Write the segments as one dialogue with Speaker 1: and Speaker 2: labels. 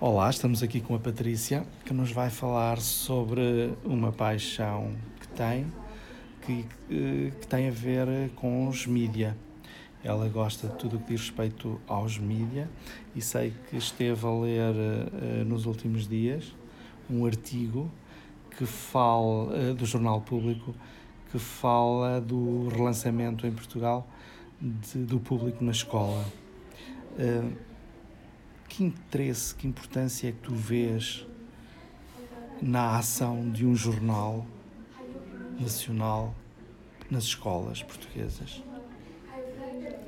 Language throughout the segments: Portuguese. Speaker 1: Olá, estamos aqui com a Patrícia, que nos vai falar sobre uma paixão que tem, que, eh, que tem a ver com os mídia. Ela gosta de tudo o que diz respeito aos mídia e sei que esteve a ler eh, eh, nos últimos dias um artigo que fala eh, do Jornal Público que fala do relançamento em Portugal de- do público na escola. Eh, que interesse, que importância é que tu vês na ação de um jornal nacional nas escolas portuguesas?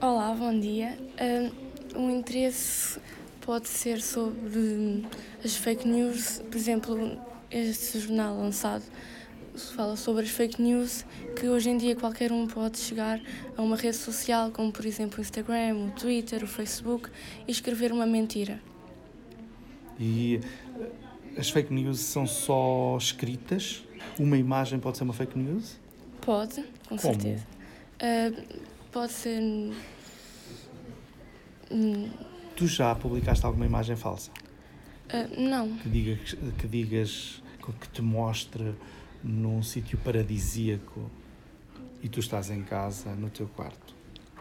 Speaker 2: Olá, bom dia. Um, o interesse pode ser sobre hum, as fake news. Por exemplo, este jornal lançado fala sobre as fake news que hoje em dia qualquer um pode chegar a uma rede social, como por exemplo o Instagram, o Twitter, o Facebook, e escrever uma mentira.
Speaker 1: E eh, as fake news são só escritas? Uma imagem pode ser uma fake news?
Speaker 2: Pode, com
Speaker 1: Como?
Speaker 2: certeza. Uh, pode ser. hum,
Speaker 1: Tu já publicaste alguma imagem falsa
Speaker 2: uh, não.
Speaker 1: que, diga, que digas que te mostre num sítio paradisíaco e tu estás em casa no teu quarto?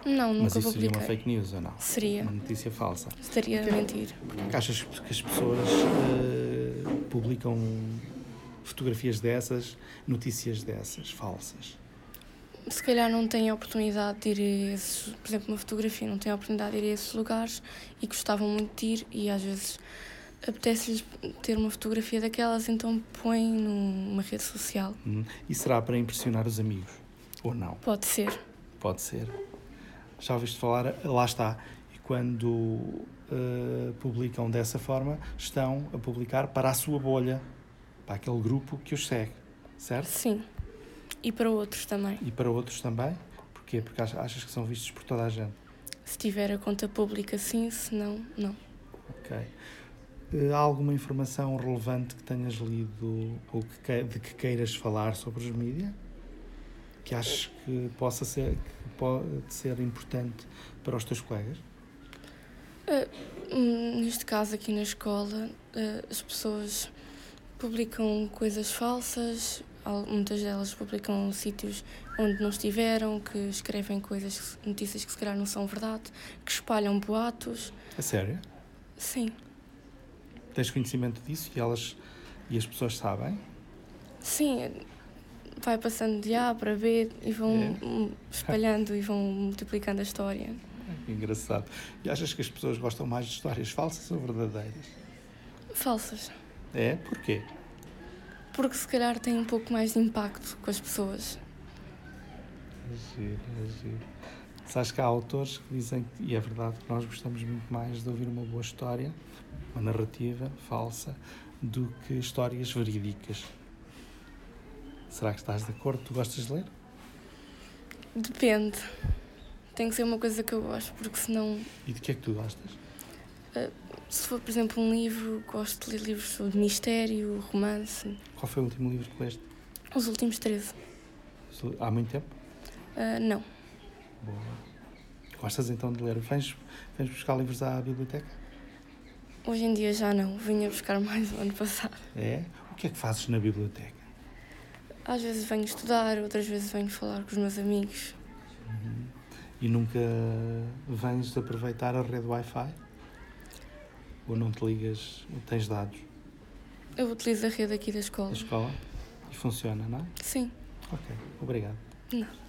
Speaker 2: Não,
Speaker 1: Mas
Speaker 2: nunca
Speaker 1: isso seria uma
Speaker 2: publiquei.
Speaker 1: fake news ou não?
Speaker 2: Seria.
Speaker 1: Uma notícia falsa.
Speaker 2: Estaria a mentir.
Speaker 1: Que Achas que as pessoas eh, publicam fotografias dessas, notícias dessas, falsas?
Speaker 2: se calhar não têm a oportunidade de ir a esses, por exemplo, uma fotografia, não têm a oportunidade de ir a esses lugares e gostavam muito de ir e às vezes apetece-lhes ter uma fotografia daquelas, então põem numa rede social.
Speaker 1: Hum? E será para impressionar os amigos? Ou não?
Speaker 2: Pode ser.
Speaker 1: Pode ser. Já ouviste falar? Lá está. E quando eh, publicam dessa forma, estão a publicar para a sua bolha, para aquele grupo que os segue, certo?
Speaker 2: Sim. E para outros também.
Speaker 1: E para outros também? Porquê? Porque ach- achas que são vistos por toda a gente?
Speaker 2: Se tiver a conta pública, sim, se não, não.
Speaker 1: Ok. Eh, Há alguma informação relevante que tenhas lido ou que que- de que queiras falar sobre os mídia? Que aches que possa ser, que pode ser importante para os teus colegas?
Speaker 2: Hum, Neste caso, aqui na escola, eh, as pessoas publicam coisas falsas, al- muitas delas publicam sítios onde não estiveram, que escrevem coisas, notícias que se calhar não são verdade, que espalham boatos.
Speaker 1: A É sério?
Speaker 2: Sim,
Speaker 1: Tens conhecimento disso e elas e as pessoas sabem?
Speaker 2: sim, eh, vai passando de A para B e vão
Speaker 1: É.
Speaker 2: hum, espalhando e vão multiplicando a história.
Speaker 1: Que Engraçado. E achas que as pessoas gostam mais de histórias falsas ou verdadeiras?
Speaker 2: Falsas,
Speaker 1: É? Porquê?
Speaker 2: porque se calhar têm um pouco mais de impacto com as pessoas.
Speaker 1: Giro, é giro. Sabes que há autores que dizem, que- e é verdade, que nós gostamos muito mais de ouvir uma boa história, uma narrativa falsa, do que histórias verídicas. Será que estás de acordo? Tu gostas de ler?
Speaker 2: Depende. Tem que ser uma coisa que eu gosto, porque senão
Speaker 1: E de que é que tu gostas?
Speaker 2: Se for, por exemplo, um livro, gosto de ler livros sobre mistério, romance.
Speaker 1: Qual foi o último livro que leste?
Speaker 2: Os últimos 13.
Speaker 1: Se- Há muito tempo?
Speaker 2: Ah, não.
Speaker 1: Boa. Gostas então de ler? Vens, vens buscar livros à biblioteca?
Speaker 2: Hoje em dia já não. Vinha buscar mais o ano passado.
Speaker 1: É? O que é que fazes na biblioteca?
Speaker 2: Às vezes venho estudar, outras vezes venho falar com os meus amigos.
Speaker 1: E nunca vens de aproveitar a rede Wi-Fi? Ou não te ligas, ou tens dados
Speaker 2: Eu utilizo a rede aqui da
Speaker 1: da
Speaker 2: escola.
Speaker 1: escola e funciona, não é?
Speaker 2: Sim.
Speaker 1: Ok, obrigado.
Speaker 2: Não.